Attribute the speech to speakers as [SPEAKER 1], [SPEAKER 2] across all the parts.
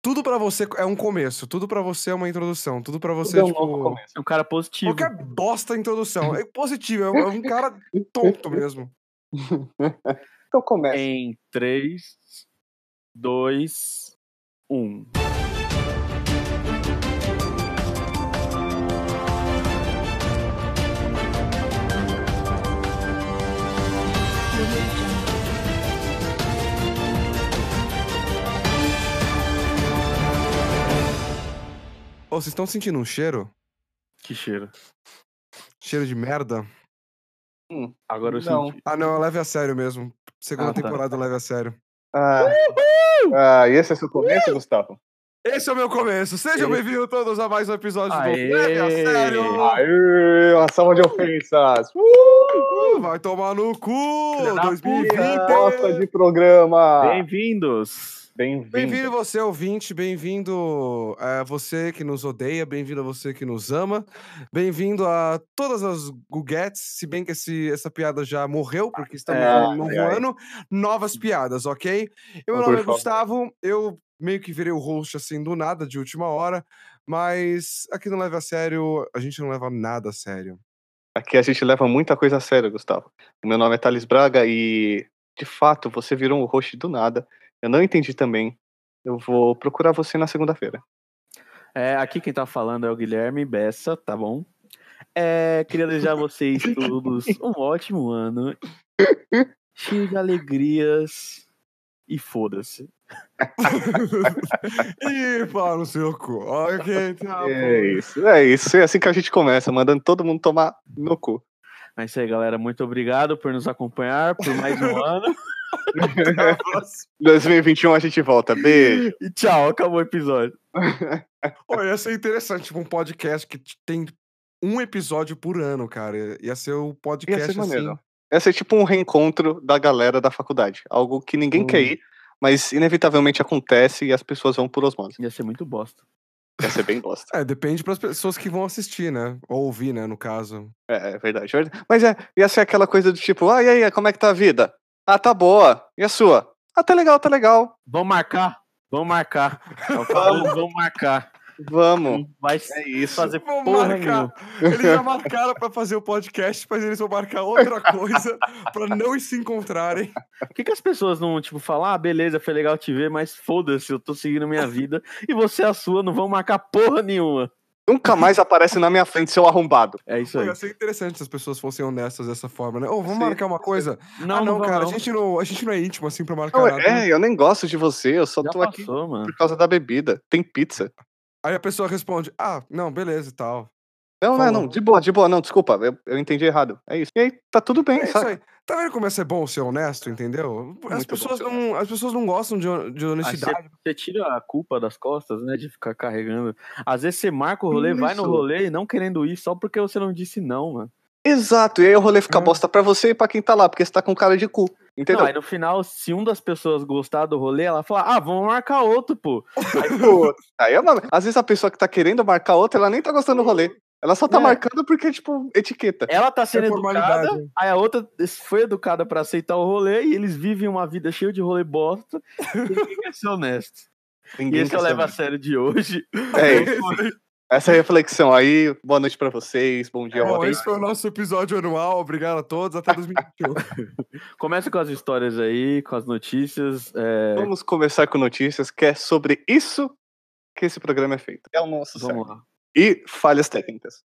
[SPEAKER 1] Tudo pra você é um começo, tudo pra você é uma introdução, tudo pra você,
[SPEAKER 2] Tudo é um novo
[SPEAKER 1] tipo.
[SPEAKER 2] começo. É um cara positivo.
[SPEAKER 1] Qualquer bosta introdução. É positivo, é um, é um cara tonto mesmo.
[SPEAKER 3] Então começa.
[SPEAKER 2] Em 3, 2, 1.
[SPEAKER 1] Ô, vocês estão sentindo um cheiro?
[SPEAKER 2] Que cheiro.
[SPEAKER 1] Cheiro de merda?
[SPEAKER 2] Agora eu
[SPEAKER 3] Não.
[SPEAKER 2] senti.
[SPEAKER 1] Ah, não, eu leve a sério mesmo. Segunda
[SPEAKER 2] Ah, tá.
[SPEAKER 1] temporada eu leve a sério.
[SPEAKER 3] Ah. Ah, e esse é seu começo, Gustavo?
[SPEAKER 1] Esse é o meu começo. Sejam
[SPEAKER 2] Ele-
[SPEAKER 1] bem-vindos todos a mais um episódio
[SPEAKER 2] Aê!
[SPEAKER 1] do Leve a Sério.
[SPEAKER 3] Aê, uma salva de ofensas. Uh,
[SPEAKER 1] Uh, vai tomar no cu!
[SPEAKER 2] Filha da
[SPEAKER 1] 2020!
[SPEAKER 3] Falta
[SPEAKER 1] um!
[SPEAKER 3] de programa.
[SPEAKER 2] tá. Bem-vindos!
[SPEAKER 3] Bem-vindo.
[SPEAKER 1] Bem-vindo você, ouvinte, bem-vindo a você que nos odeia, bem-vindo a você que nos ama, bem-vindo a todas as Guguetes, se bem que esse, essa piada já morreu, porque estamos
[SPEAKER 2] É,
[SPEAKER 1] no novo
[SPEAKER 3] Ah, ai, ai.
[SPEAKER 1] ano, novas piadas, ok? Eu, meu
[SPEAKER 3] Por
[SPEAKER 1] nome é
[SPEAKER 3] favor.
[SPEAKER 1] Gustavo, eu meio que virei o host assim do nada, de última hora, mas aqui não leva a sério, a gente não leva nada a sério.
[SPEAKER 3] Aqui a gente leva muita coisa a sério, Gustavo. Meu nome é Thales Braga e, de fato, você virou um host do nada. Eu não entendi também. Eu vou procurar você na segunda-feira.
[SPEAKER 2] É, aqui quem tá falando é o Guilherme Bessa, tá bom? É, queria desejar a vocês todos um ótimo ano, cheio de alegrias e foda-se.
[SPEAKER 1] Ih, pau no seu cu, ok? Tá
[SPEAKER 3] É
[SPEAKER 1] bom.
[SPEAKER 3] isso, é isso. É assim que a gente começa, mandando todo mundo tomar no cu.
[SPEAKER 2] É isso aí, galera. Muito obrigado por nos acompanhar por mais um ano.
[SPEAKER 1] Então,
[SPEAKER 3] 2021 a gente volta. Beijo.
[SPEAKER 2] E tchau, acabou o episódio.
[SPEAKER 1] Pô, ia ser interessante, tipo, um podcast que t- tem um episódio por ano, cara. Ia ser o podcast
[SPEAKER 3] Ia ser maneiro.
[SPEAKER 1] assim.
[SPEAKER 3] Ia ser tipo um reencontro da galera da faculdade. Algo que ninguém quer
[SPEAKER 1] Hum.
[SPEAKER 3] ir, mas inevitavelmente acontece e as pessoas vão por osmose.
[SPEAKER 2] Ia ser muito bosta.
[SPEAKER 3] Ia ser bem bosta.
[SPEAKER 1] É, depende pras pessoas que vão assistir, né? Ou ouvir, né, no caso.
[SPEAKER 3] É, é verdade, é verdade. Mas é, ia ser aquela coisa do tipo, ah, e aí, como é que tá a vida? Ah, tá boa. E a sua? Ah, tá legal, tá legal.
[SPEAKER 2] Vamos marcar? Vamos marcar. É o famoso Vamos marcar.
[SPEAKER 3] Vamos.
[SPEAKER 2] Vai
[SPEAKER 3] É isso.
[SPEAKER 2] fazer
[SPEAKER 1] Vão
[SPEAKER 2] porra
[SPEAKER 1] marcar.
[SPEAKER 2] nenhuma.
[SPEAKER 1] Eles já marcaram pra fazer o podcast, mas eles vão marcar outra coisa pra não se encontrarem.
[SPEAKER 2] Por que, que as pessoas não, tipo, falam, ah, beleza, foi legal te ver, mas foda-se, eu tô seguindo minha vida e você é a sua, não vão marcar porra nenhuma.
[SPEAKER 3] Nunca mais aparece na minha frente seu arrombado.
[SPEAKER 2] É isso
[SPEAKER 1] Pô,
[SPEAKER 2] aí.
[SPEAKER 1] ia ser interessante se as pessoas fossem honestas dessa forma, né? Ou vamos
[SPEAKER 3] Sim,
[SPEAKER 1] marcar uma coisa?
[SPEAKER 2] Não,
[SPEAKER 1] ah, não,
[SPEAKER 2] vão,
[SPEAKER 1] cara,
[SPEAKER 2] não.
[SPEAKER 1] A, gente não, a gente não é íntimo assim pra marcar
[SPEAKER 3] Não,
[SPEAKER 1] nada. né?
[SPEAKER 3] é, eu nem gosto de você, eu só
[SPEAKER 2] já
[SPEAKER 3] tô aqui
[SPEAKER 2] passou, mano.
[SPEAKER 3] por causa da bebida. Tem pizza.
[SPEAKER 1] Aí a pessoa responde: ah, não, beleza e tal.
[SPEAKER 3] Não, não,
[SPEAKER 1] Falou.
[SPEAKER 3] não, de boa, de boa, não, desculpa, eu, eu entendi errado. É isso. E aí, tá tudo bem,
[SPEAKER 1] É isso
[SPEAKER 3] sabe?
[SPEAKER 1] aí. Tá vendo como é ser bom ser honesto, entendeu? As,
[SPEAKER 3] Muito bom
[SPEAKER 1] pessoas,
[SPEAKER 3] ser
[SPEAKER 1] não, as pessoas não gostam de, hon- de
[SPEAKER 2] Aí você,
[SPEAKER 1] honestidade.
[SPEAKER 2] você tira a culpa das costas, né, de ficar carregando. Às vezes você marca o rolê, vai no
[SPEAKER 3] Isso.
[SPEAKER 2] rolê e não querendo ir só porque você não disse não, mano.
[SPEAKER 3] Exato, e aí o rolê fica
[SPEAKER 1] É.
[SPEAKER 3] bosta pra você e pra quem tá lá, porque você tá com cara de cu. Entendeu?
[SPEAKER 2] Não, aí no final, se um das pessoas gostar do rolê, ela fala, ah, vamos marcar outro, pô.
[SPEAKER 3] Pô, aí é uma- Às vezes a pessoa que tá querendo marcar outra, ela nem tá gostando do rolê. Ela só tá
[SPEAKER 2] É.
[SPEAKER 3] marcando porque, tipo, etiqueta.
[SPEAKER 2] Ela tá sendo
[SPEAKER 1] É
[SPEAKER 2] educada,
[SPEAKER 1] formalidade.
[SPEAKER 2] Aí a outra foi educada pra aceitar o rolê e eles vivem uma vida cheia de rolê bosta. Ninguém quer ser honesto. e esse é
[SPEAKER 3] quer ser
[SPEAKER 2] eu levo a
[SPEAKER 3] honesto.
[SPEAKER 2] sério de hoje.
[SPEAKER 3] É isso. Essa é reflexão aí, boa noite pra vocês, bom
[SPEAKER 2] É,
[SPEAKER 3] dia, boa
[SPEAKER 1] Bom,
[SPEAKER 3] tarde.
[SPEAKER 1] né? esse foi o nosso episódio anual. Obrigado a todos. Até 2021.
[SPEAKER 2] Começa com as histórias aí, com as notícias. é,
[SPEAKER 3] Vamos conversar com notícias, que é sobre isso que esse programa é feito. É o nosso certo.
[SPEAKER 2] Vamos lá.
[SPEAKER 3] E falhas técnicas.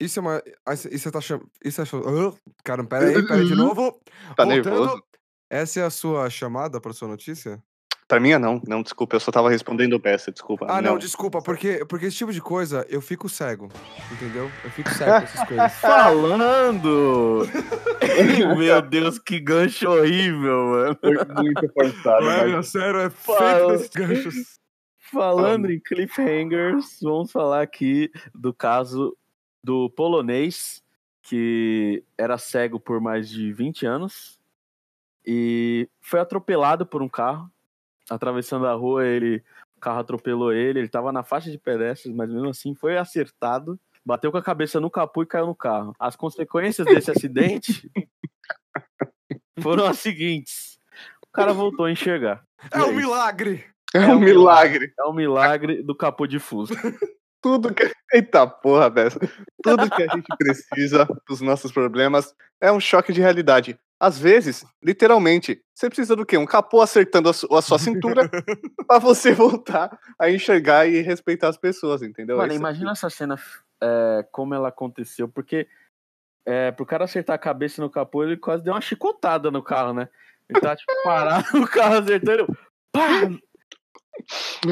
[SPEAKER 1] isso é uma. ah, Isso isso você tá chamando. Isso é. cha- Hã? Cara, pera aí, pera aí de novo.
[SPEAKER 3] Tá
[SPEAKER 1] Voltando.
[SPEAKER 3] nervoso?
[SPEAKER 1] Essa é a sua chamada pra sua notícia?
[SPEAKER 3] Pra mim é não, não, desculpa, eu só tava respondendo peça, desculpa.
[SPEAKER 1] Ah, não, desculpa, porque, porque esse tipo de coisa eu fico cego. Entendeu? Eu fico cego com essas coisas.
[SPEAKER 2] Falando! Ei, meu Deus, que gancho horrível, mano.
[SPEAKER 3] Foi muito forçado. mas-
[SPEAKER 1] Não é, sério, é feito
[SPEAKER 2] Fala.
[SPEAKER 1] desses ganchos.
[SPEAKER 2] Falando em cliffhangers, vamos falar aqui do caso do polonês que era cego por mais de 20 anos e foi atropelado por um carro. Atravessando a rua, ele, o carro atropelou ele, ele estava na faixa de pedestres, mas mesmo assim foi acertado, bateu com a cabeça no capô e caiu no carro. As consequências desse acidente foram as seguintes. O cara voltou a enxergar.
[SPEAKER 1] É um
[SPEAKER 2] isso.
[SPEAKER 1] milagre!
[SPEAKER 3] É um milagre.
[SPEAKER 2] É um milagre do capô de Fusca.
[SPEAKER 3] Tudo que. Eita porra, Bessa. Tudo que a gente precisa dos nossos problemas é um choque de realidade. Às vezes, literalmente, você precisa do quê? Um capô acertando a, su- a sua cintura pra você voltar a enxergar e respeitar as pessoas, entendeu?
[SPEAKER 2] Mano,
[SPEAKER 3] Isso-
[SPEAKER 2] imagina essa cena, é, como ela aconteceu, porque é, pro cara acertar a cabeça no capô, ele quase deu uma chicotada no carro, né? Ele tá, tipo, parado no carro acertando. Pá!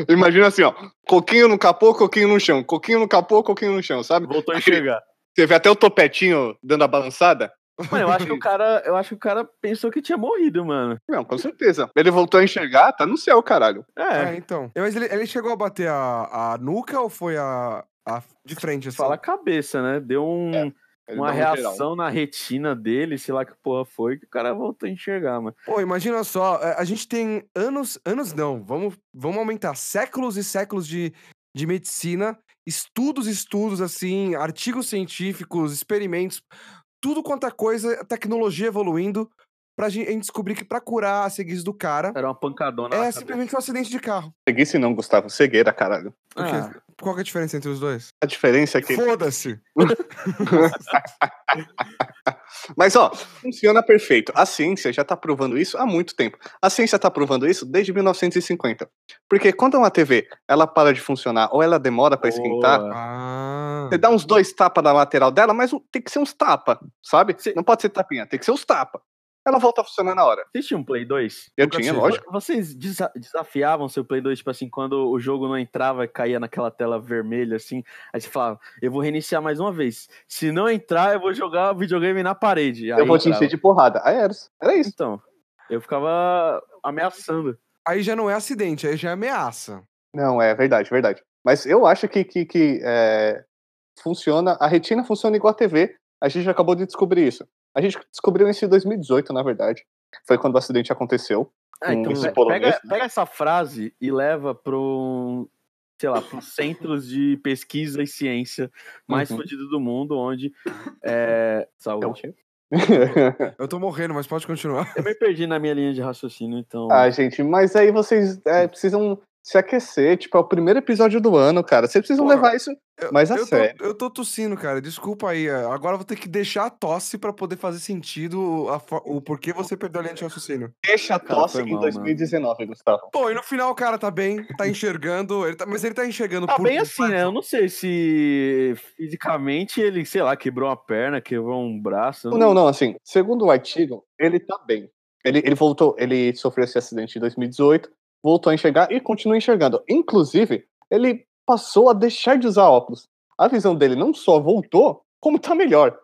[SPEAKER 3] Imagina assim, ó. Coquinho no capô, coquinho no chão. Coquinho no capô, coquinho no chão, sabe?
[SPEAKER 2] Voltou a enxergar.
[SPEAKER 3] Teve até o topetinho dando a balançada.
[SPEAKER 2] Mano, eu acho que o cara, eu acho que o cara pensou que tinha morrido, mano.
[SPEAKER 3] Não, com certeza. Ele voltou a enxergar, tá no céu, caralho.
[SPEAKER 1] Ah,
[SPEAKER 2] É,
[SPEAKER 1] então. Mas ele, ele chegou a bater a, a nuca ou foi a, a de frente, assim?
[SPEAKER 2] fala cabeça, né? Deu um.
[SPEAKER 3] Ele
[SPEAKER 2] uma
[SPEAKER 3] dá um geral.
[SPEAKER 2] reação na retina dele, sei lá que porra foi, que o cara voltou a enxergar, mano.
[SPEAKER 1] Pô, imagina só, é, a a gente tem anos, anos não, vamos, vamos aumentar, séculos e séculos de, de medicina, estudos, estudos, assim, artigos científicos, experimentos, tudo quanto é coisa, a tecnologia evoluindo, pra gen- a gente descobrir que pra curar a cegueira do cara
[SPEAKER 2] Era uma pancadona.
[SPEAKER 1] é
[SPEAKER 2] na
[SPEAKER 1] simplesmente um acidente de carro.
[SPEAKER 3] Preguiça não, Gustavo. Cegueira, caralho.
[SPEAKER 1] Por
[SPEAKER 2] cabeça.
[SPEAKER 1] quê? Qual que é a diferença entre os dois?
[SPEAKER 3] A diferença é que.
[SPEAKER 1] Foda-se!
[SPEAKER 3] Mas, ó, funciona perfeito. A ciência já tá provando isso há muito tempo. A ciência tá provando isso desde 1950. Porque quando uma TV ela para de funcionar ou ela demora pra esquentar,
[SPEAKER 2] Boa.
[SPEAKER 1] Ah,
[SPEAKER 3] você dá uns dois tapas na lateral dela, mas o- tem que ser uns tapa, sabe?
[SPEAKER 2] Sim.
[SPEAKER 3] Não pode ser tapinha, tem que ser uns tapa. Ela volta a funcionar na hora.
[SPEAKER 2] Vocês tinham um Play 2?
[SPEAKER 3] Eu
[SPEAKER 1] Nunca
[SPEAKER 3] tinha,
[SPEAKER 1] tive.
[SPEAKER 3] lógico.
[SPEAKER 2] Vocês desa- desafiavam seu Play 2, tipo assim, quando o jogo não entrava e caía naquela tela vermelha, assim, aí você falava, eu vou reiniciar mais uma vez. Se não entrar, eu vou jogar o videogame na parede. Aí
[SPEAKER 3] Eu vou te encher
[SPEAKER 2] entrava.
[SPEAKER 3] de porrada. Aí era, isso. era isso.
[SPEAKER 2] Então, eu ficava ameaçando.
[SPEAKER 1] aí já não é acidente, aí já é ameaça.
[SPEAKER 3] Não, é verdade, verdade. Mas eu acho que, que, que, é, funciona. A retina funciona igual a TV. A gente acabou de descobrir isso. A gente descobriu isso em 2018, na verdade. Foi quando o acidente aconteceu.
[SPEAKER 2] Ah,
[SPEAKER 3] com
[SPEAKER 2] então
[SPEAKER 3] esse
[SPEAKER 2] pe-
[SPEAKER 3] polonês,
[SPEAKER 2] pega,
[SPEAKER 3] né?
[SPEAKER 2] pega essa frase e leva para um, sei lá, para centros de pesquisa e ciência mais
[SPEAKER 3] Uhum. Então
[SPEAKER 2] fodido do mundo, onde é, saúde.
[SPEAKER 1] Eu tô morrendo, mas pode continuar.
[SPEAKER 2] Eu me perdi na minha linha de raciocínio, então.
[SPEAKER 3] ah, gente, mas aí vocês é, precisam se aquecer. Tipo, é o primeiro episódio do ano, cara. Vocês precisam
[SPEAKER 1] Porra.
[SPEAKER 3] levar isso.
[SPEAKER 1] Eu-
[SPEAKER 3] Mas a
[SPEAKER 1] eu
[SPEAKER 3] sério.
[SPEAKER 1] Tô, eu tô tossindo, cara. Desculpa aí. é, Agora eu vou ter que deixar a tosse pra poder fazer sentido a fo- o porquê você perdeu a linha de raciocínio.
[SPEAKER 3] Deixa a
[SPEAKER 2] Cara,
[SPEAKER 3] tosse
[SPEAKER 2] foi
[SPEAKER 3] em
[SPEAKER 2] mal, mano.
[SPEAKER 3] 2019, Gustavo.
[SPEAKER 1] Bom, e no final o cara tá bem, tá enxergando, ele tá- mas ele tá enxergando
[SPEAKER 2] Tá
[SPEAKER 1] por
[SPEAKER 2] bem assim, né? Eu não sei se fisicamente ele, sei lá, quebrou uma perna, quebrou um braço. eu
[SPEAKER 3] Não, não, assim, segundo o artigo, ele tá bem. Ele, ele voltou, ele sofreu esse acidente em 2018, voltou a enxergar e continua enxergando. Inclusive, ele passou a deixar de usar óculos. A visão dele não só voltou, como tá melhor.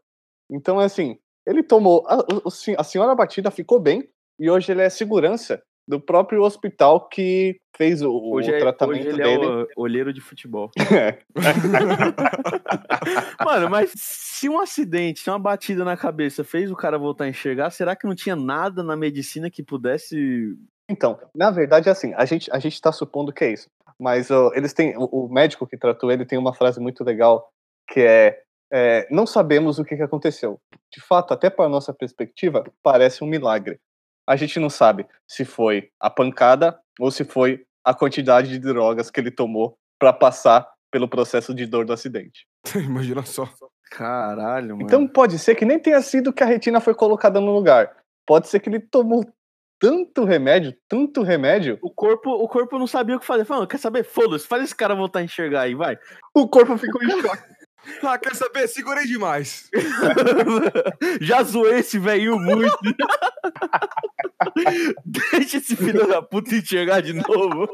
[SPEAKER 3] Então, é assim, ele tomou. A, o- o sen- a senhora batida ficou bem e hoje ele é segurança do próprio hospital que fez o, o
[SPEAKER 2] Hoje, é-
[SPEAKER 3] tratamento
[SPEAKER 2] hoje ele
[SPEAKER 3] dele.
[SPEAKER 2] é o olheiro de futebol. Mano, mas se um acidente, se uma batida na cabeça fez o cara voltar a enxergar, será que não tinha nada na medicina que pudesse.
[SPEAKER 3] Então, na verdade, é assim, a gente a gente tá supondo que é isso. Mas ó, eles têm o, o médico que tratou ele tem uma frase muito legal que é, é, não sabemos o que, que aconteceu. De fato, até para nossa perspectiva, parece um milagre. A gente não sabe se foi a pancada ou se foi a quantidade de drogas que ele tomou para passar pelo processo de dor do acidente.
[SPEAKER 1] Imagina só.
[SPEAKER 2] Caralho, mano.
[SPEAKER 3] Então pode ser que nem tenha sido que a retina foi colocada no lugar. Pode ser que ele tomou tanto remédio, tanto remédio
[SPEAKER 2] o corpo, o corpo não sabia o que fazer. Falando, quer saber? Foda-se, faz esse cara voltar a enxergar aí, vai.
[SPEAKER 3] O corpo ficou em choque.
[SPEAKER 1] Ah, quer saber? Segurei demais.
[SPEAKER 2] Já zoei esse velhinho muito. Deixa esse filho da puta enxergar de novo.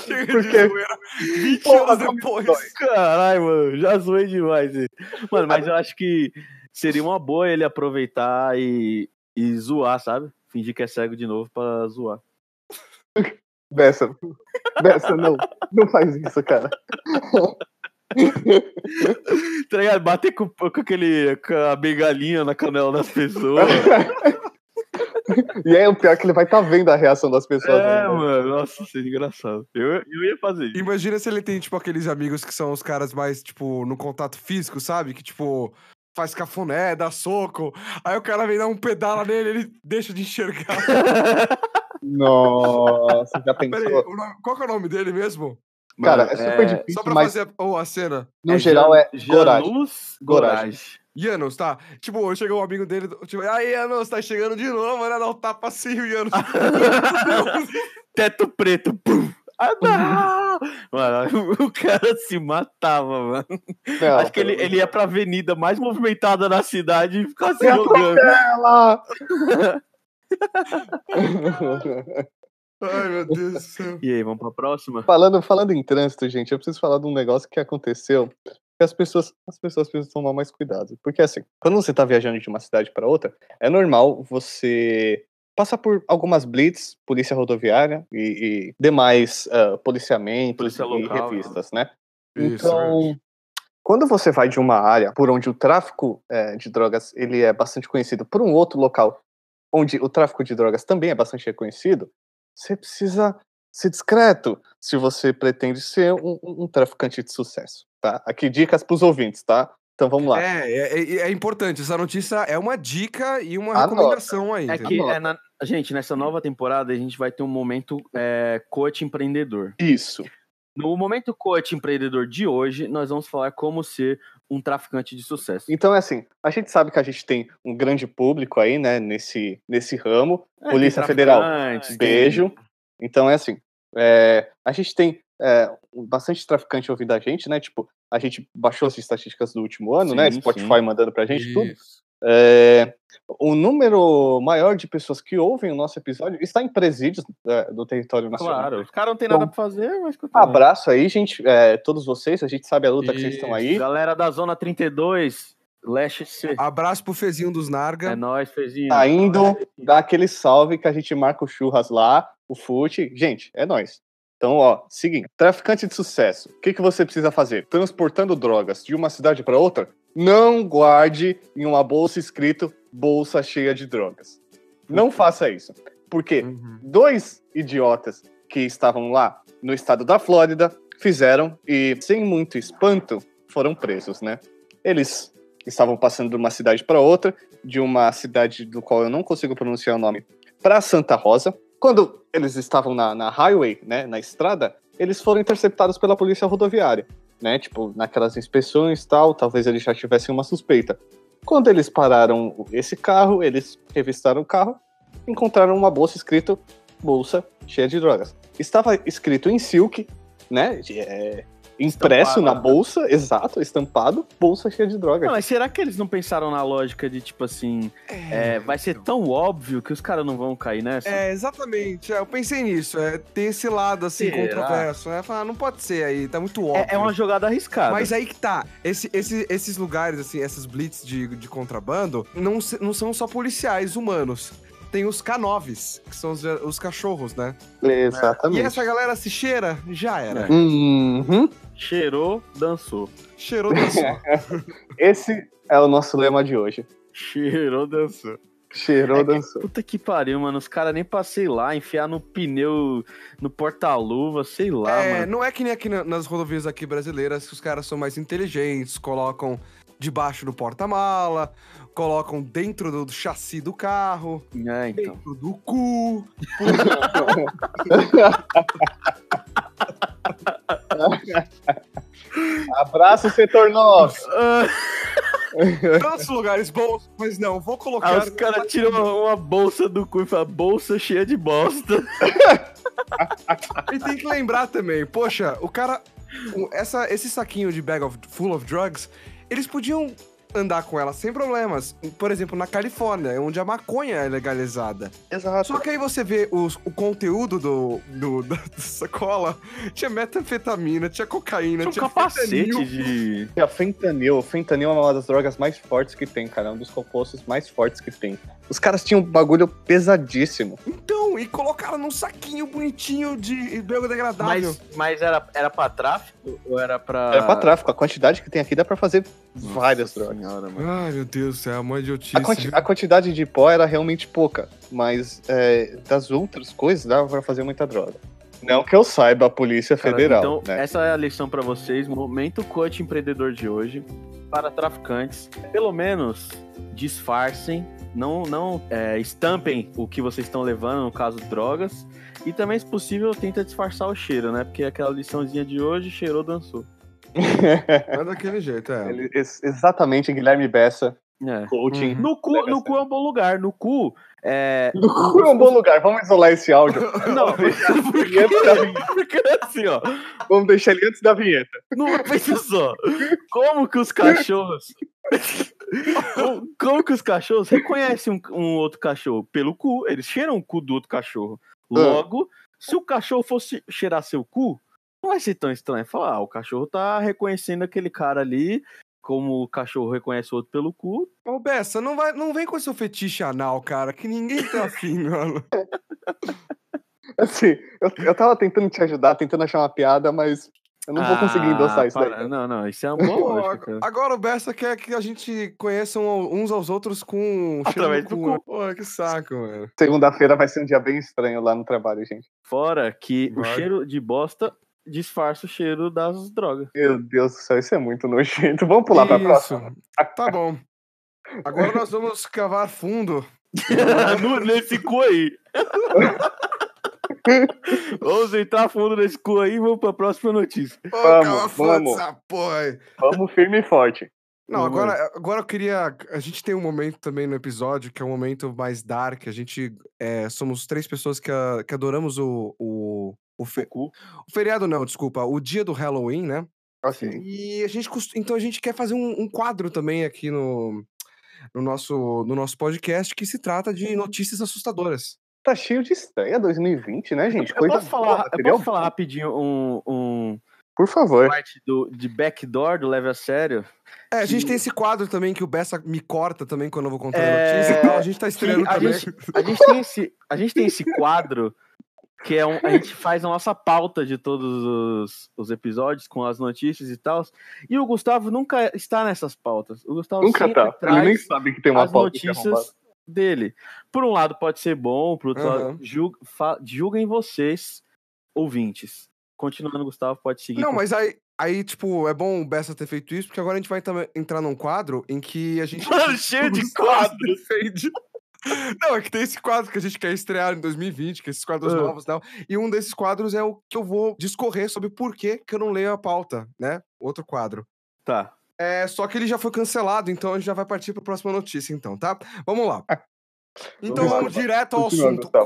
[SPEAKER 1] Chega de
[SPEAKER 3] Porque-
[SPEAKER 1] zoeira. 20
[SPEAKER 3] Porra,
[SPEAKER 1] anos
[SPEAKER 3] como
[SPEAKER 1] depois.
[SPEAKER 2] Caralho, mano, já zoei demais. ele. Mano, mas eu acho que seria uma boa ele aproveitar e, e zoar, sabe? Fingir que é cego de novo pra zoar.
[SPEAKER 3] Bessa. Bessa, não. Não faz isso, cara.
[SPEAKER 2] Tá ligado? Bater com, com aquele. com a bengalinha na canela das pessoas.
[SPEAKER 3] E aí o pior é que ele vai estar vendo a reação das pessoas. né?
[SPEAKER 2] é,
[SPEAKER 3] ainda.
[SPEAKER 2] mano, nossa, seria engraçado. Eu, eu ia fazer isso.
[SPEAKER 1] Imagina se ele tem, tipo, aqueles amigos que são os caras mais, tipo, no contato físico, sabe? Que, tipo, faz cafuné, dá soco. Aí o cara vem dar um pedala nele, ele deixa de enxergar.
[SPEAKER 3] Nossa, já
[SPEAKER 1] Peraí,
[SPEAKER 3] pensou?
[SPEAKER 1] o nome- qual que é o nome dele mesmo?
[SPEAKER 3] Cara,
[SPEAKER 2] Mano,
[SPEAKER 3] é super difícil,
[SPEAKER 1] Só pra
[SPEAKER 3] mas
[SPEAKER 1] fazer a, oh, a cena.
[SPEAKER 3] no geral é Gorage.
[SPEAKER 2] Janus
[SPEAKER 3] Gorage.
[SPEAKER 2] Gorage.
[SPEAKER 1] Ianos, tá? Tipo, chegou um amigo dele, tipo, aí, Ianos, tá chegando de novo, né? Dá um tapa assim, o Ianos.
[SPEAKER 2] Teto preto. Pum.
[SPEAKER 3] Uhum.
[SPEAKER 2] Ah, não! Mano, o cara se matava, mano.
[SPEAKER 3] Não,
[SPEAKER 2] Acho que ele, ele ia pra avenida mais movimentada da cidade e ficava se
[SPEAKER 3] Eu
[SPEAKER 2] jogando.
[SPEAKER 3] Ela!
[SPEAKER 1] Ai, meu Deus do céu.
[SPEAKER 2] E aí, vamos pra próxima?
[SPEAKER 3] falando, falando em trânsito, gente, eu preciso falar de um negócio que aconteceu que as pessoas, as pessoas precisam tomar mais cuidado. Porque, assim, quando você tá viajando de uma cidade para outra, é normal você passar por algumas blitz, polícia rodoviária e, e demais ah, policiamentos
[SPEAKER 2] Polícia
[SPEAKER 3] e
[SPEAKER 2] local, né?
[SPEAKER 3] revistas, né?
[SPEAKER 1] Isso,
[SPEAKER 3] Então, quando você vai de uma área por onde o tráfico eh, de drogas ele é bastante conhecido para um outro local onde o tráfico de drogas também é bastante reconhecido, você precisa ser discreto se você pretende ser um, um- um traficante de sucesso, tá? Aqui dicas para os ouvintes, tá? Então vamos lá.
[SPEAKER 1] É, é, é- é importante. Essa notícia é uma dica e uma
[SPEAKER 3] Anota.
[SPEAKER 1] recomendação aí.
[SPEAKER 2] É
[SPEAKER 1] entendeu?
[SPEAKER 2] que,
[SPEAKER 3] Anota.
[SPEAKER 2] é na- gente, nessa nova temporada a gente vai ter um momento é, coach empreendedor.
[SPEAKER 3] Isso.
[SPEAKER 2] No momento coach empreendedor de hoje, nós vamos falar como ser um traficante de sucesso.
[SPEAKER 3] Então é assim, a gente sabe que a gente tem um grande público aí, né, nesse, nesse ramo.
[SPEAKER 2] É,
[SPEAKER 3] Polícia
[SPEAKER 2] tem
[SPEAKER 3] Federal,
[SPEAKER 2] traficantes, tem-
[SPEAKER 3] Beijo. Então é assim, é, a gente tem é, um- bastante traficante ouvindo a gente, né? Tipo, a gente baixou as estatísticas do último ano, né?
[SPEAKER 2] Sim,
[SPEAKER 3] Spotify mandando pra gente tudo.
[SPEAKER 1] Isso.
[SPEAKER 3] É, o número maior de pessoas que ouvem o nosso episódio está em presídios é, do território nacional.
[SPEAKER 2] Claro, os caras não tem
[SPEAKER 3] Então,
[SPEAKER 2] nada pra fazer, mas escuta.
[SPEAKER 3] Abraço aí, gente, é, todos vocês. A gente sabe a luta que vocês estão aí.
[SPEAKER 2] Galera da Zona 32, Leste C.
[SPEAKER 1] Abraço pro Fezinho dos
[SPEAKER 2] É
[SPEAKER 1] Narga.
[SPEAKER 2] nóis, Fezinho.
[SPEAKER 3] Tá
[SPEAKER 2] é
[SPEAKER 3] indo, dá aquele salve que a gente marca o churras lá, o fute. Gente, é nóis. Então, ó, seguinte, traficante de sucesso. O que, que você precisa fazer? Transportando drogas de uma cidade para outra? Não guarde em uma bolsa escrito bolsa cheia de drogas. Não faça isso.
[SPEAKER 2] É
[SPEAKER 3] Porque
[SPEAKER 1] Uhum.
[SPEAKER 3] dois idiotas que estavam lá no estado da Flórida fizeram e, sem muito espanto, foram presos, né? Eles estavam passando de uma cidade para outra, de uma cidade do qual eu não consigo pronunciar o nome, para Santa Rosa. Quando eles estavam na, na highway, né, na estrada, eles foram interceptados pela polícia rodoviária, né? Tipo, naquelas inspeções e tal, talvez eles já tivessem uma suspeita. Quando eles pararam esse carro, eles revistaram o carro, encontraram uma bolsa escrito bolsa cheia de drogas. Estava escrito em silk, né? de- é, impresso
[SPEAKER 2] Estampado,
[SPEAKER 3] na
[SPEAKER 2] né?
[SPEAKER 3] bolsa, exato, estampado, bolsa cheia de drogas.
[SPEAKER 2] Não, mas será que eles não pensaram na lógica de tipo assim, é, vai ser tão óbvio que os caras não vão cair nessa?
[SPEAKER 1] É, exatamente. é, eu pensei nisso. É ter esse lado assim,
[SPEAKER 2] Será?
[SPEAKER 1] controverso, né? Falar, ah, não pode ser aí, tá muito óbvio.
[SPEAKER 2] É, é uma jogada arriscada.
[SPEAKER 1] Mas aí que tá. Esse, esse- esses lugares, assim, essas blitz de, de contrabando, não, se- não são só policiais humanos. Tem os K9s, que são os, os cachorros, né?
[SPEAKER 3] Exatamente.
[SPEAKER 1] E essa galera se cheira, já era.
[SPEAKER 3] Uhum.
[SPEAKER 2] Cheirou, dançou.
[SPEAKER 1] Cheirou da sua.
[SPEAKER 3] Esse é o nosso lema de hoje.
[SPEAKER 2] Cheirou, dançou.
[SPEAKER 3] Cheirou,
[SPEAKER 2] É que-
[SPEAKER 3] dançou.
[SPEAKER 2] Puta que pariu, mano. Os caras nem pra, sei lá, enfiar no pneu, no porta-luva, sei lá,
[SPEAKER 1] é,
[SPEAKER 2] mano.
[SPEAKER 1] não é que nem aqui na- nas rodovias aqui brasileiras que os caras são mais inteligentes, colocam debaixo do porta-mala, colocam dentro do, do chassi do carro,
[SPEAKER 2] É, então.
[SPEAKER 1] dentro do cu.
[SPEAKER 3] Abraço, setor 9.
[SPEAKER 2] Ah,
[SPEAKER 1] Tantos lugares bons, mas não, vou
[SPEAKER 2] ah,
[SPEAKER 1] colocar.
[SPEAKER 2] os caras tiram uma, uma bolsa do cu e falam, bolsa cheia de bosta.
[SPEAKER 1] E tem que lembrar também, poxa, o cara. o- Essa, esse saquinho de bag of, full of drugs, eles podiam andar com ela sem problemas. Por exemplo, na Califórnia, onde a maconha é legalizada. Só
[SPEAKER 3] Exato.
[SPEAKER 1] que aí você vê os- o conteúdo do, do- da, da sacola, tinha metanfetamina, tinha cocaína,
[SPEAKER 2] Um
[SPEAKER 3] Tipo,
[SPEAKER 1] tinha
[SPEAKER 2] capacete
[SPEAKER 1] fentanil.
[SPEAKER 2] de.
[SPEAKER 3] E a fentanil. Fentanil é uma das drogas mais fortes que tem, cara. É um dos compostos mais fortes que tem. Os caras tinham um bagulho pesadíssimo.
[SPEAKER 1] Então, e colocaram num saquinho bonitinho de biodegradável.
[SPEAKER 2] Mas, mas era, era pra tráfico ou era pra.
[SPEAKER 3] Era É pra tráfico. A quantidade que tem aqui dá pra fazer
[SPEAKER 2] Nossa
[SPEAKER 3] várias drogas.
[SPEAKER 2] senhora, mano.
[SPEAKER 1] Ai, meu Deus do céu, uma idiotice.
[SPEAKER 3] A, quanti- a quantidade de pó era realmente pouca, mas é, das outras coisas dava pra fazer muita droga. Não que eu saiba a Polícia
[SPEAKER 2] Cara,
[SPEAKER 3] Federal,
[SPEAKER 2] então,
[SPEAKER 3] né?
[SPEAKER 2] essa é a lição pra vocês. Momento coach empreendedor de hoje. Para traficantes, pelo menos disfarcem não, não é, estampem o que vocês estão levando, no caso drogas. E também, se possível, tenta disfarçar o cheiro, né? Porque aquela liçãozinha de hoje cheirou, dançou.
[SPEAKER 1] É daquele jeito, é.
[SPEAKER 3] Ele- ex- exatamente, Guilherme Bessa,
[SPEAKER 2] É.
[SPEAKER 3] coaching.
[SPEAKER 1] Uhum.
[SPEAKER 2] No cu, no cu é um bom lugar. No cu é.
[SPEAKER 3] No cu é um bom lugar, vamos isolar esse áudio.
[SPEAKER 2] Não,
[SPEAKER 3] E é antes da vinheta-
[SPEAKER 2] porque assim, ó.
[SPEAKER 3] vamos deixar ele antes da vinheta.
[SPEAKER 2] Não pensa só. Como que os cachorros. Como, como que os cachorros reconhecem um, um outro cachorro? Pelo cu. Eles cheiram o cu do outro cachorro.
[SPEAKER 3] Ah.
[SPEAKER 2] Logo, se o cachorro fosse cheirar seu cu, não vai ser tão estranho. Falar, ah, o cachorro tá reconhecendo aquele cara ali. Como o cachorro reconhece o outro pelo cu.
[SPEAKER 1] Ô, Bessa, não, vai, não vem com seu fetiche anal, cara, que ninguém tá afim, mano.
[SPEAKER 3] Assim, eu, eu tava tentando te ajudar, tentando achar uma piada, mas eu não vou conseguir
[SPEAKER 2] Ah,
[SPEAKER 3] endossar isso
[SPEAKER 2] para-
[SPEAKER 3] daí. né?
[SPEAKER 2] Não, não, isso é uma boa
[SPEAKER 1] Pô,
[SPEAKER 2] lógica, cara.
[SPEAKER 1] Agora o Bessa quer que a gente conheça um- uns aos outros com cheiro
[SPEAKER 2] Através
[SPEAKER 1] no
[SPEAKER 2] do
[SPEAKER 1] cu,
[SPEAKER 2] cu.
[SPEAKER 1] né? Pô, que saco, mano.
[SPEAKER 3] Segunda-feira vai ser um dia bem estranho lá no trabalho, gente.
[SPEAKER 2] Fora que o
[SPEAKER 1] Vai.
[SPEAKER 2] cheiro de bosta disfarça o cheiro das drogas.
[SPEAKER 3] Meu Deus do céu, isso é muito nojento. Vamos pular pra
[SPEAKER 1] Isso.
[SPEAKER 3] próxima.
[SPEAKER 1] Tá bom. Agora nós vamos cavar fundo.
[SPEAKER 2] No- nesse cu aí. vamos entrar fundo nesse cu aí e vamos pra próxima notícia.
[SPEAKER 1] Ô,
[SPEAKER 3] Vamos,
[SPEAKER 1] cava fundo
[SPEAKER 3] vamos.
[SPEAKER 1] essa porra aí.
[SPEAKER 3] Vamos firme e forte.
[SPEAKER 1] Não,
[SPEAKER 2] Vamos.
[SPEAKER 1] agora, agora eu queria. A gente tem um momento também no episódio que é um momento mais dark. A gente é, somos três pessoas que, a- que adoramos o, o, o, fe-
[SPEAKER 2] cu.
[SPEAKER 1] o feriado, não, desculpa, o dia do Halloween, né?
[SPEAKER 3] Ok.
[SPEAKER 1] E a gente cos- então a gente quer fazer um, um quadro também aqui no, no, nosso, no nosso podcast que se trata de notícias assustadoras.
[SPEAKER 3] Tá cheio de estreia 2020, né, gente?
[SPEAKER 2] Eu
[SPEAKER 3] Coisa
[SPEAKER 2] posso, falar,
[SPEAKER 3] boa,
[SPEAKER 2] eu
[SPEAKER 3] entendeu?
[SPEAKER 2] posso falar rapidinho um, um
[SPEAKER 3] Por favor.
[SPEAKER 2] parte do, de backdoor do Leve a Sério?
[SPEAKER 1] É, a gente
[SPEAKER 2] Que-
[SPEAKER 1] tem esse quadro também que o Bessa me corta também quando eu vou contar
[SPEAKER 2] É,
[SPEAKER 1] a notícia. Então a gente tá estreando
[SPEAKER 2] a
[SPEAKER 1] também.
[SPEAKER 2] gente- A gente tem esse, a gente tem esse quadro que é um, a gente faz a nossa pauta de todos os, os episódios com as notícias e tal. E o Gustavo nunca está nessas pautas. O Gustavo
[SPEAKER 3] Nunca
[SPEAKER 2] sempre
[SPEAKER 3] tá. Ele
[SPEAKER 2] traz-
[SPEAKER 3] nem sabe que tem uma
[SPEAKER 2] as
[SPEAKER 3] pauta que é arrombada.
[SPEAKER 2] notícias dele. Por um lado pode ser bom, por outro
[SPEAKER 1] Aham.
[SPEAKER 2] lado, julg- fa- julguem vocês, ouvintes. Continuando, Gustavo, pode seguir.
[SPEAKER 1] Não,
[SPEAKER 2] com-
[SPEAKER 1] mas aí, aí, tipo, é bom o Bessa ter feito isso, porque agora a gente vai também entrar num quadro em que a gente.
[SPEAKER 2] Mano, cheio de quadros.
[SPEAKER 1] Defende. Não, é que tem esse quadro que a gente quer estrear em 2020, que é esses quadros
[SPEAKER 2] Ah.
[SPEAKER 1] novos e tal. E um desses quadros é o que eu vou discorrer sobre por que, que eu não leio a pauta, né? Outro quadro.
[SPEAKER 2] Tá.
[SPEAKER 1] É, só que ele já foi cancelado, então a gente já vai partir para a próxima notícia, então, tá? Vamos lá. Então
[SPEAKER 3] É. Vamos lá.
[SPEAKER 1] vamos direto ao
[SPEAKER 3] Continuando,
[SPEAKER 1] assunto.
[SPEAKER 3] tá.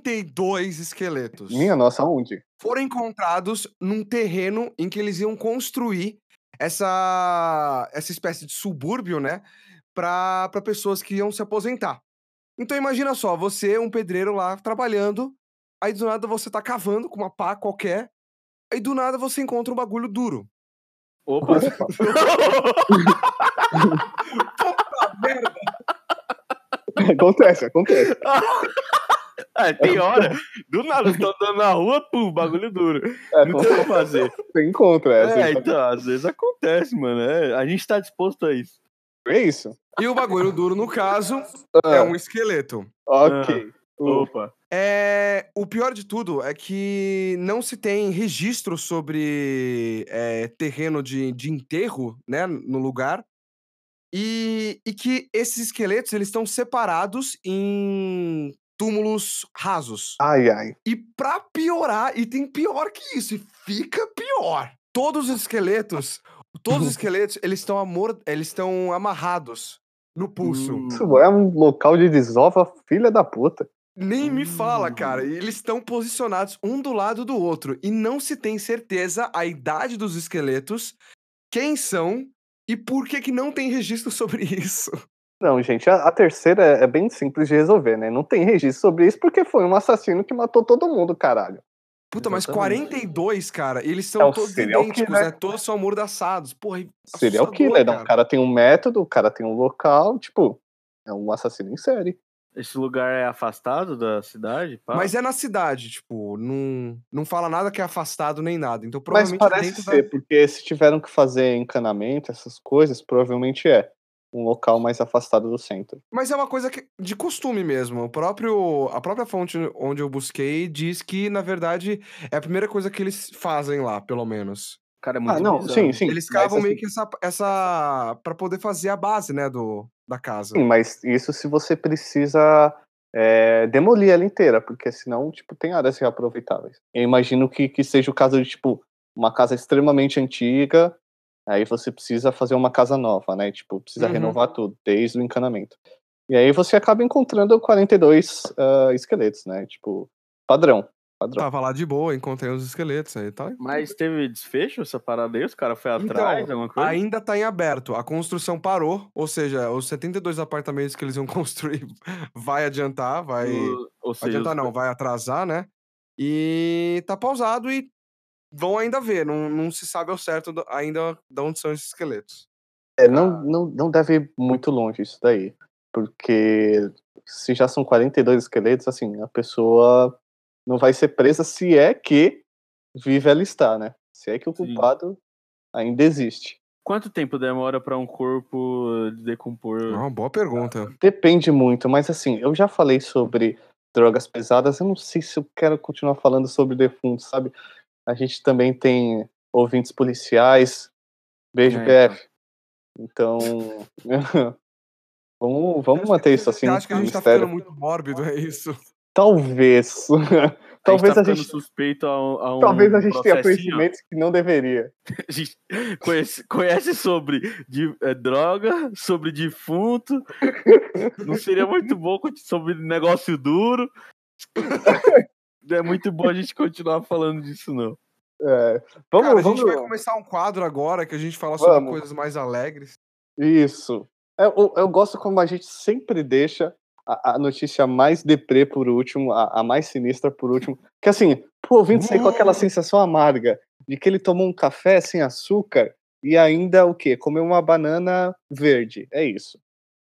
[SPEAKER 1] 42 esqueletos
[SPEAKER 3] Minha nossa, onde?
[SPEAKER 1] foram encontrados num terreno em que eles iam construir essa, essa espécie de subúrbio, né? Para pessoas que iam se aposentar. Então imagina só, você, um pedreiro lá trabalhando, aí do nada você tá cavando com uma pá qualquer, aí do nada você encontra um bagulho duro.
[SPEAKER 2] Opa.
[SPEAKER 3] acontece, acontece.
[SPEAKER 2] ah, tem hora. Do nada, estão andando na rua, pum, bagulho duro.
[SPEAKER 3] É,
[SPEAKER 2] Não tem o que fazer.
[SPEAKER 3] você encontra essa.
[SPEAKER 2] É, então, às vezes acontece, mano. É, a gente tá disposto a isso.
[SPEAKER 3] É isso.
[SPEAKER 1] E o bagulho duro, no caso, é
[SPEAKER 3] Ah,
[SPEAKER 1] um esqueleto.
[SPEAKER 3] Ok.
[SPEAKER 2] Ah,
[SPEAKER 3] Uh,
[SPEAKER 2] Opa.
[SPEAKER 1] É, o pior de tudo é que não se tem registro sobre é, terreno de, de enterro né, no lugar. E, e que esses esqueletos eles estão separados em túmulos rasos.
[SPEAKER 3] Ai, ai.
[SPEAKER 1] E pra piorar, e tem pior que isso, e fica pior. Todos os esqueletos, todos os esqueletos, eles estão amor, eles estão amarrados no pulso.
[SPEAKER 2] Hum.
[SPEAKER 3] Isso é um local de desova, filha da puta.
[SPEAKER 1] Nem me fala,
[SPEAKER 2] Hum.
[SPEAKER 1] cara. E Eles estão posicionados um do lado do outro e não se tem certeza a idade dos esqueletos, quem são e por que que não tem registro sobre isso.
[SPEAKER 3] Não, gente, a, a terceira é, é bem simples de resolver, né? Não tem registro sobre isso porque foi um assassino que matou todo mundo, caralho.
[SPEAKER 1] Puta, mas
[SPEAKER 2] Exatamente.
[SPEAKER 1] 42, cara, e eles
[SPEAKER 3] É
[SPEAKER 1] são
[SPEAKER 3] um
[SPEAKER 1] todos
[SPEAKER 3] serial
[SPEAKER 1] idênticos,
[SPEAKER 3] killer.
[SPEAKER 1] né? Todos são amordaçados. Porra, e
[SPEAKER 3] Seria o
[SPEAKER 1] assustador,
[SPEAKER 3] killer, né?
[SPEAKER 1] é
[SPEAKER 3] O
[SPEAKER 1] cara.
[SPEAKER 3] cara tem um método, o cara tem um local, tipo, é um assassino em série.
[SPEAKER 2] Esse lugar é afastado da cidade?
[SPEAKER 3] Tá.
[SPEAKER 2] Pá?
[SPEAKER 1] Mas é na cidade, tipo, não, não fala nada que é afastado nem nada. Então
[SPEAKER 3] Mas
[SPEAKER 1] provavelmente é
[SPEAKER 3] parece
[SPEAKER 1] dentro da-
[SPEAKER 3] ser, porque se tiveram que fazer encanamento, essas coisas, provavelmente é um local mais afastado do centro.
[SPEAKER 1] Mas é uma coisa que, de costume mesmo. O próprio, a própria fonte onde eu busquei diz que, na verdade, é a primeira coisa que eles fazem lá, pelo menos.
[SPEAKER 2] cara é muito
[SPEAKER 3] Ah, não,
[SPEAKER 2] bizarro.
[SPEAKER 3] sim, sim.
[SPEAKER 1] Eles cavam
[SPEAKER 3] mas,
[SPEAKER 1] meio
[SPEAKER 3] assim,
[SPEAKER 1] que essa. essa para poder fazer a base, né? Do, da casa.
[SPEAKER 3] Sim, mas isso se você precisa é, demolir ela inteira, porque senão, tipo, tem áreas reaproveitáveis. Eu imagino que, que seja o caso de, tipo, uma casa extremamente antiga, aí você precisa fazer uma casa nova, né? Tipo, precisa
[SPEAKER 1] Uhum.
[SPEAKER 3] renovar tudo, desde o encanamento. E aí você acaba encontrando 42 ah, esqueletos, né? Tipo, padrão. padrão.
[SPEAKER 1] Tava lá de boa, encontrei os esqueletos aí, tá?
[SPEAKER 2] Mas teve desfecho essa parada aí? Os caras foram
[SPEAKER 1] Então,
[SPEAKER 2] atrás, alguma coisa?
[SPEAKER 1] Ainda tá em aberto. A construção parou, ou seja, os 72 apartamentos que eles iam construir vai adiantar, vai.
[SPEAKER 2] O- ou
[SPEAKER 1] Vai
[SPEAKER 2] seja,
[SPEAKER 1] adiantar
[SPEAKER 2] os-
[SPEAKER 1] não, vai atrasar, né? E tá pausado e vão ainda ver. Não, não se sabe ao certo do- ainda de onde são esses esqueletos.
[SPEAKER 3] É, não, não, não deve ir muito longe isso daí. Porque se já são 42 esqueletos, assim, a pessoa não vai ser presa se é que vive ela está, né? Se é que o
[SPEAKER 2] Sim.
[SPEAKER 3] culpado ainda existe.
[SPEAKER 2] Quanto tempo demora pra um corpo decompor?
[SPEAKER 1] É uma boa pergunta.
[SPEAKER 3] Depende muito, mas assim, eu já falei sobre drogas pesadas, eu não sei se eu quero continuar falando sobre defuntos, sabe? A gente também tem ouvintes policiais. Beijo,
[SPEAKER 2] É,
[SPEAKER 3] PF. Então. vamos vamos manter isso assim.
[SPEAKER 1] Eu acho que a
[SPEAKER 3] um
[SPEAKER 1] gente tá
[SPEAKER 3] mistério.
[SPEAKER 1] ficando muito mórbido, é isso.
[SPEAKER 3] Talvez. talvez
[SPEAKER 2] tá
[SPEAKER 3] a
[SPEAKER 2] ficando
[SPEAKER 3] gente,
[SPEAKER 2] suspeito a, um- a um
[SPEAKER 3] talvez a gente tenha
[SPEAKER 2] processinho.
[SPEAKER 3] conhecimentos que não deveria.
[SPEAKER 2] A gente conhece, conhece sobre de- eh, droga, sobre defunto. Não seria muito bom conti- sobre negócio duro. Não é muito bom a gente continuar falando disso, não.
[SPEAKER 3] É, vamos,
[SPEAKER 1] Cara, a
[SPEAKER 3] vamos.
[SPEAKER 1] gente vai começar um quadro agora que a gente fala sobre
[SPEAKER 3] Vamos.
[SPEAKER 1] coisas mais alegres.
[SPEAKER 3] Isso. Eu, eu- eu gosto como a gente sempre deixa a, a notícia mais deprê por último, a, a mais sinistra por último. Que assim, pro ouvinte sair com
[SPEAKER 1] Hum.
[SPEAKER 3] aquela sensação amarga de que ele tomou um café sem açúcar e ainda o quê? Comeu uma banana verde. É isso.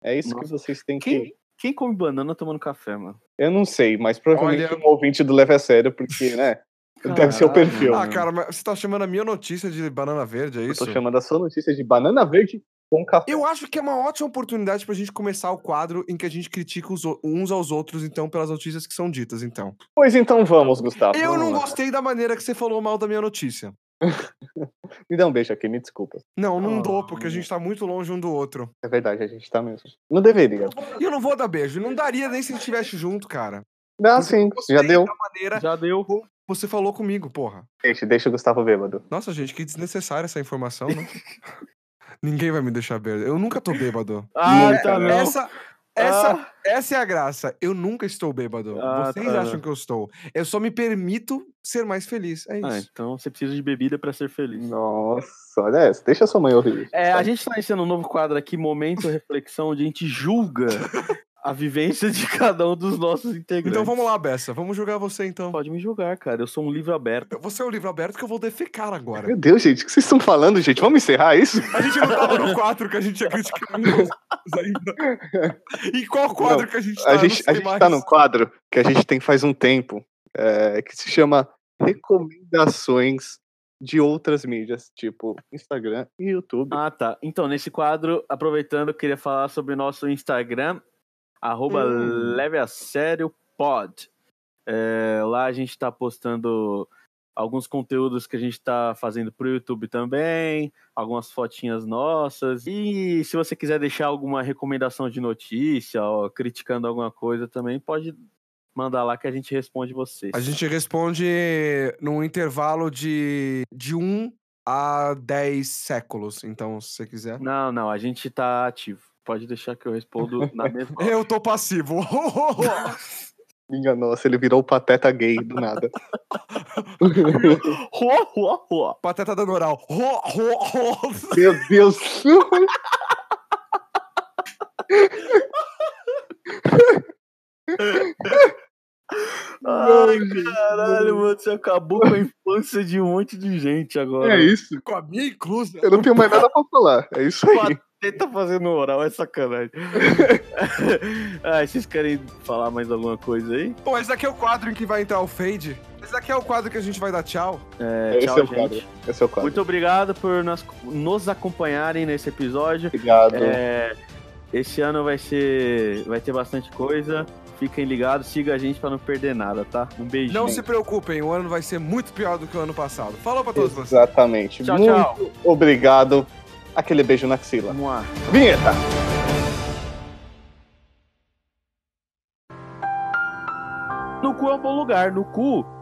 [SPEAKER 3] É isso que
[SPEAKER 2] Nossa.
[SPEAKER 3] vocês têm que.
[SPEAKER 2] Quem, quem come banana tomando café, mano?
[SPEAKER 3] Eu não sei, mas provavelmente
[SPEAKER 1] Olha-
[SPEAKER 3] um ouvinte do Leve a Sério, porque, né? Deve ser o
[SPEAKER 2] Caralho,
[SPEAKER 3] perfil.
[SPEAKER 2] mano.
[SPEAKER 1] Ah, cara, mas você tá chamando a minha notícia de banana verde, é
[SPEAKER 3] Eu
[SPEAKER 1] isso?
[SPEAKER 3] tô chamando a sua notícia de banana verde com café.
[SPEAKER 1] Eu acho que é uma ótima oportunidade pra gente começar o quadro em que a gente critica os o- uns aos outros, então, pelas notícias que são ditas, então.
[SPEAKER 3] Pois então vamos, Gustavo.
[SPEAKER 1] Eu não
[SPEAKER 3] Vamos lá.
[SPEAKER 1] gostei da maneira que você falou mal da minha notícia.
[SPEAKER 3] Me dá um beijo aqui, me desculpa.
[SPEAKER 1] Não, não
[SPEAKER 2] Oh.
[SPEAKER 1] dou, porque a gente tá muito longe um do outro.
[SPEAKER 3] É verdade, a gente tá mesmo. Não deveria.
[SPEAKER 1] E eu não vou dar beijo, não daria nem se estivesse junto, cara.
[SPEAKER 3] Dá
[SPEAKER 1] Porque
[SPEAKER 3] sim,
[SPEAKER 1] eu gostei
[SPEAKER 3] já deu.
[SPEAKER 1] Da maneira
[SPEAKER 2] Já deu.
[SPEAKER 1] que você falou comigo, porra.
[SPEAKER 3] Gente, deixa o Gustavo bêbado.
[SPEAKER 1] Nossa, gente, que desnecessária essa informação, né? Ninguém vai me deixar bêbado. Eu nunca tô bêbado.
[SPEAKER 2] Ah,
[SPEAKER 3] Nunca,
[SPEAKER 2] tá
[SPEAKER 3] né?
[SPEAKER 2] não.
[SPEAKER 1] Essa, essa,
[SPEAKER 2] Ah,
[SPEAKER 1] essa é a graça. Eu nunca estou bêbado.
[SPEAKER 2] Ah,
[SPEAKER 1] Vocês
[SPEAKER 2] tá.
[SPEAKER 1] acham que eu estou. Eu só me permito ser mais feliz. É isso.
[SPEAKER 2] ah, então você precisa de bebida pra ser feliz.
[SPEAKER 3] Nossa, olha essa. Deixa sua mãe ouvir. isso.
[SPEAKER 2] É, a gente tá iniciando um novo quadro aqui, Momento Reflexão, onde a gente julga a vivência de cada um dos nossos integrantes.
[SPEAKER 1] então vamos lá, Bessa. Vamos julgar você então.
[SPEAKER 2] Pode me julgar, cara. Eu sou um livro aberto.
[SPEAKER 1] Você é o livro aberto que eu vou defecar agora.
[SPEAKER 3] Meu Deus, gente, o que vocês estão falando, gente? Vamos encerrar isso?
[SPEAKER 1] A gente não tava no 4 que a gente tinha criticado ainda. E qual quadro que a gente tá?
[SPEAKER 3] A
[SPEAKER 1] Eu não
[SPEAKER 3] gente,
[SPEAKER 1] sei
[SPEAKER 3] a gente
[SPEAKER 1] mais.
[SPEAKER 3] tá num quadro que a gente tem faz um tempo, é, que se chama Recomendações de outras mídias, tipo Instagram e YouTube.
[SPEAKER 2] Ah, tá. Então, nesse quadro, aproveitando, eu queria falar sobre o nosso Instagram, arroba
[SPEAKER 1] Hum.
[SPEAKER 2] leve a sério pod. É, lá a gente tá postando alguns conteúdos que a gente tá fazendo pro YouTube também, algumas fotinhas nossas. E se você quiser deixar alguma recomendação de notícia, ou criticando alguma coisa também, pode mandar lá que a gente responde vocês.
[SPEAKER 1] A gente responde num intervalo de, de 1 a 10 séculos. Então, se você quiser.
[SPEAKER 2] Não, não, a gente tá ativo. Pode deixar que eu respondo na mesma hora.
[SPEAKER 1] Eu tô passivo.
[SPEAKER 3] Minha nossa, ele virou o pateta gay do nada.
[SPEAKER 2] Ho, ho, ho.
[SPEAKER 1] Pateta dando oral. Ro, ro, ro.
[SPEAKER 3] Meu Deus.
[SPEAKER 2] Ai,
[SPEAKER 3] Não, gente,
[SPEAKER 2] caralho,
[SPEAKER 3] não.
[SPEAKER 2] mano, você acabou com a infância de um monte de gente agora.
[SPEAKER 3] É isso.
[SPEAKER 1] Com a minha inclusa.
[SPEAKER 3] Eu não tenho mais nada pra falar. É isso aí.
[SPEAKER 2] Você tá fazendo oral, é sacanagem. Ai, vocês querem falar mais alguma coisa aí?
[SPEAKER 1] Bom, esse daqui é o quadro em que vai entrar o fade. Esse daqui é o quadro que a gente vai dar tchau.
[SPEAKER 2] É,
[SPEAKER 3] Esse
[SPEAKER 2] tchau,
[SPEAKER 3] é o
[SPEAKER 2] gente.
[SPEAKER 3] Esse é o quadro. Tá
[SPEAKER 2] Muito obrigado por nos, nos acompanharem nesse episódio.
[SPEAKER 3] Obrigado.
[SPEAKER 2] É, Este ano vai ser. Vai ter bastante coisa. Fiquem ligados, siga a gente pra não perder nada, tá? Um beijinho.
[SPEAKER 1] Não se preocupem, o ano vai ser muito pior do que o ano passado. Falou pra todos vocês.
[SPEAKER 3] Exatamente.
[SPEAKER 2] Tchau,
[SPEAKER 3] Muito
[SPEAKER 2] tchau.
[SPEAKER 3] obrigado. Aquele beijo na axila.
[SPEAKER 2] Vamos lá.
[SPEAKER 3] Vinheta!
[SPEAKER 2] No cu é um bom lugar. No cu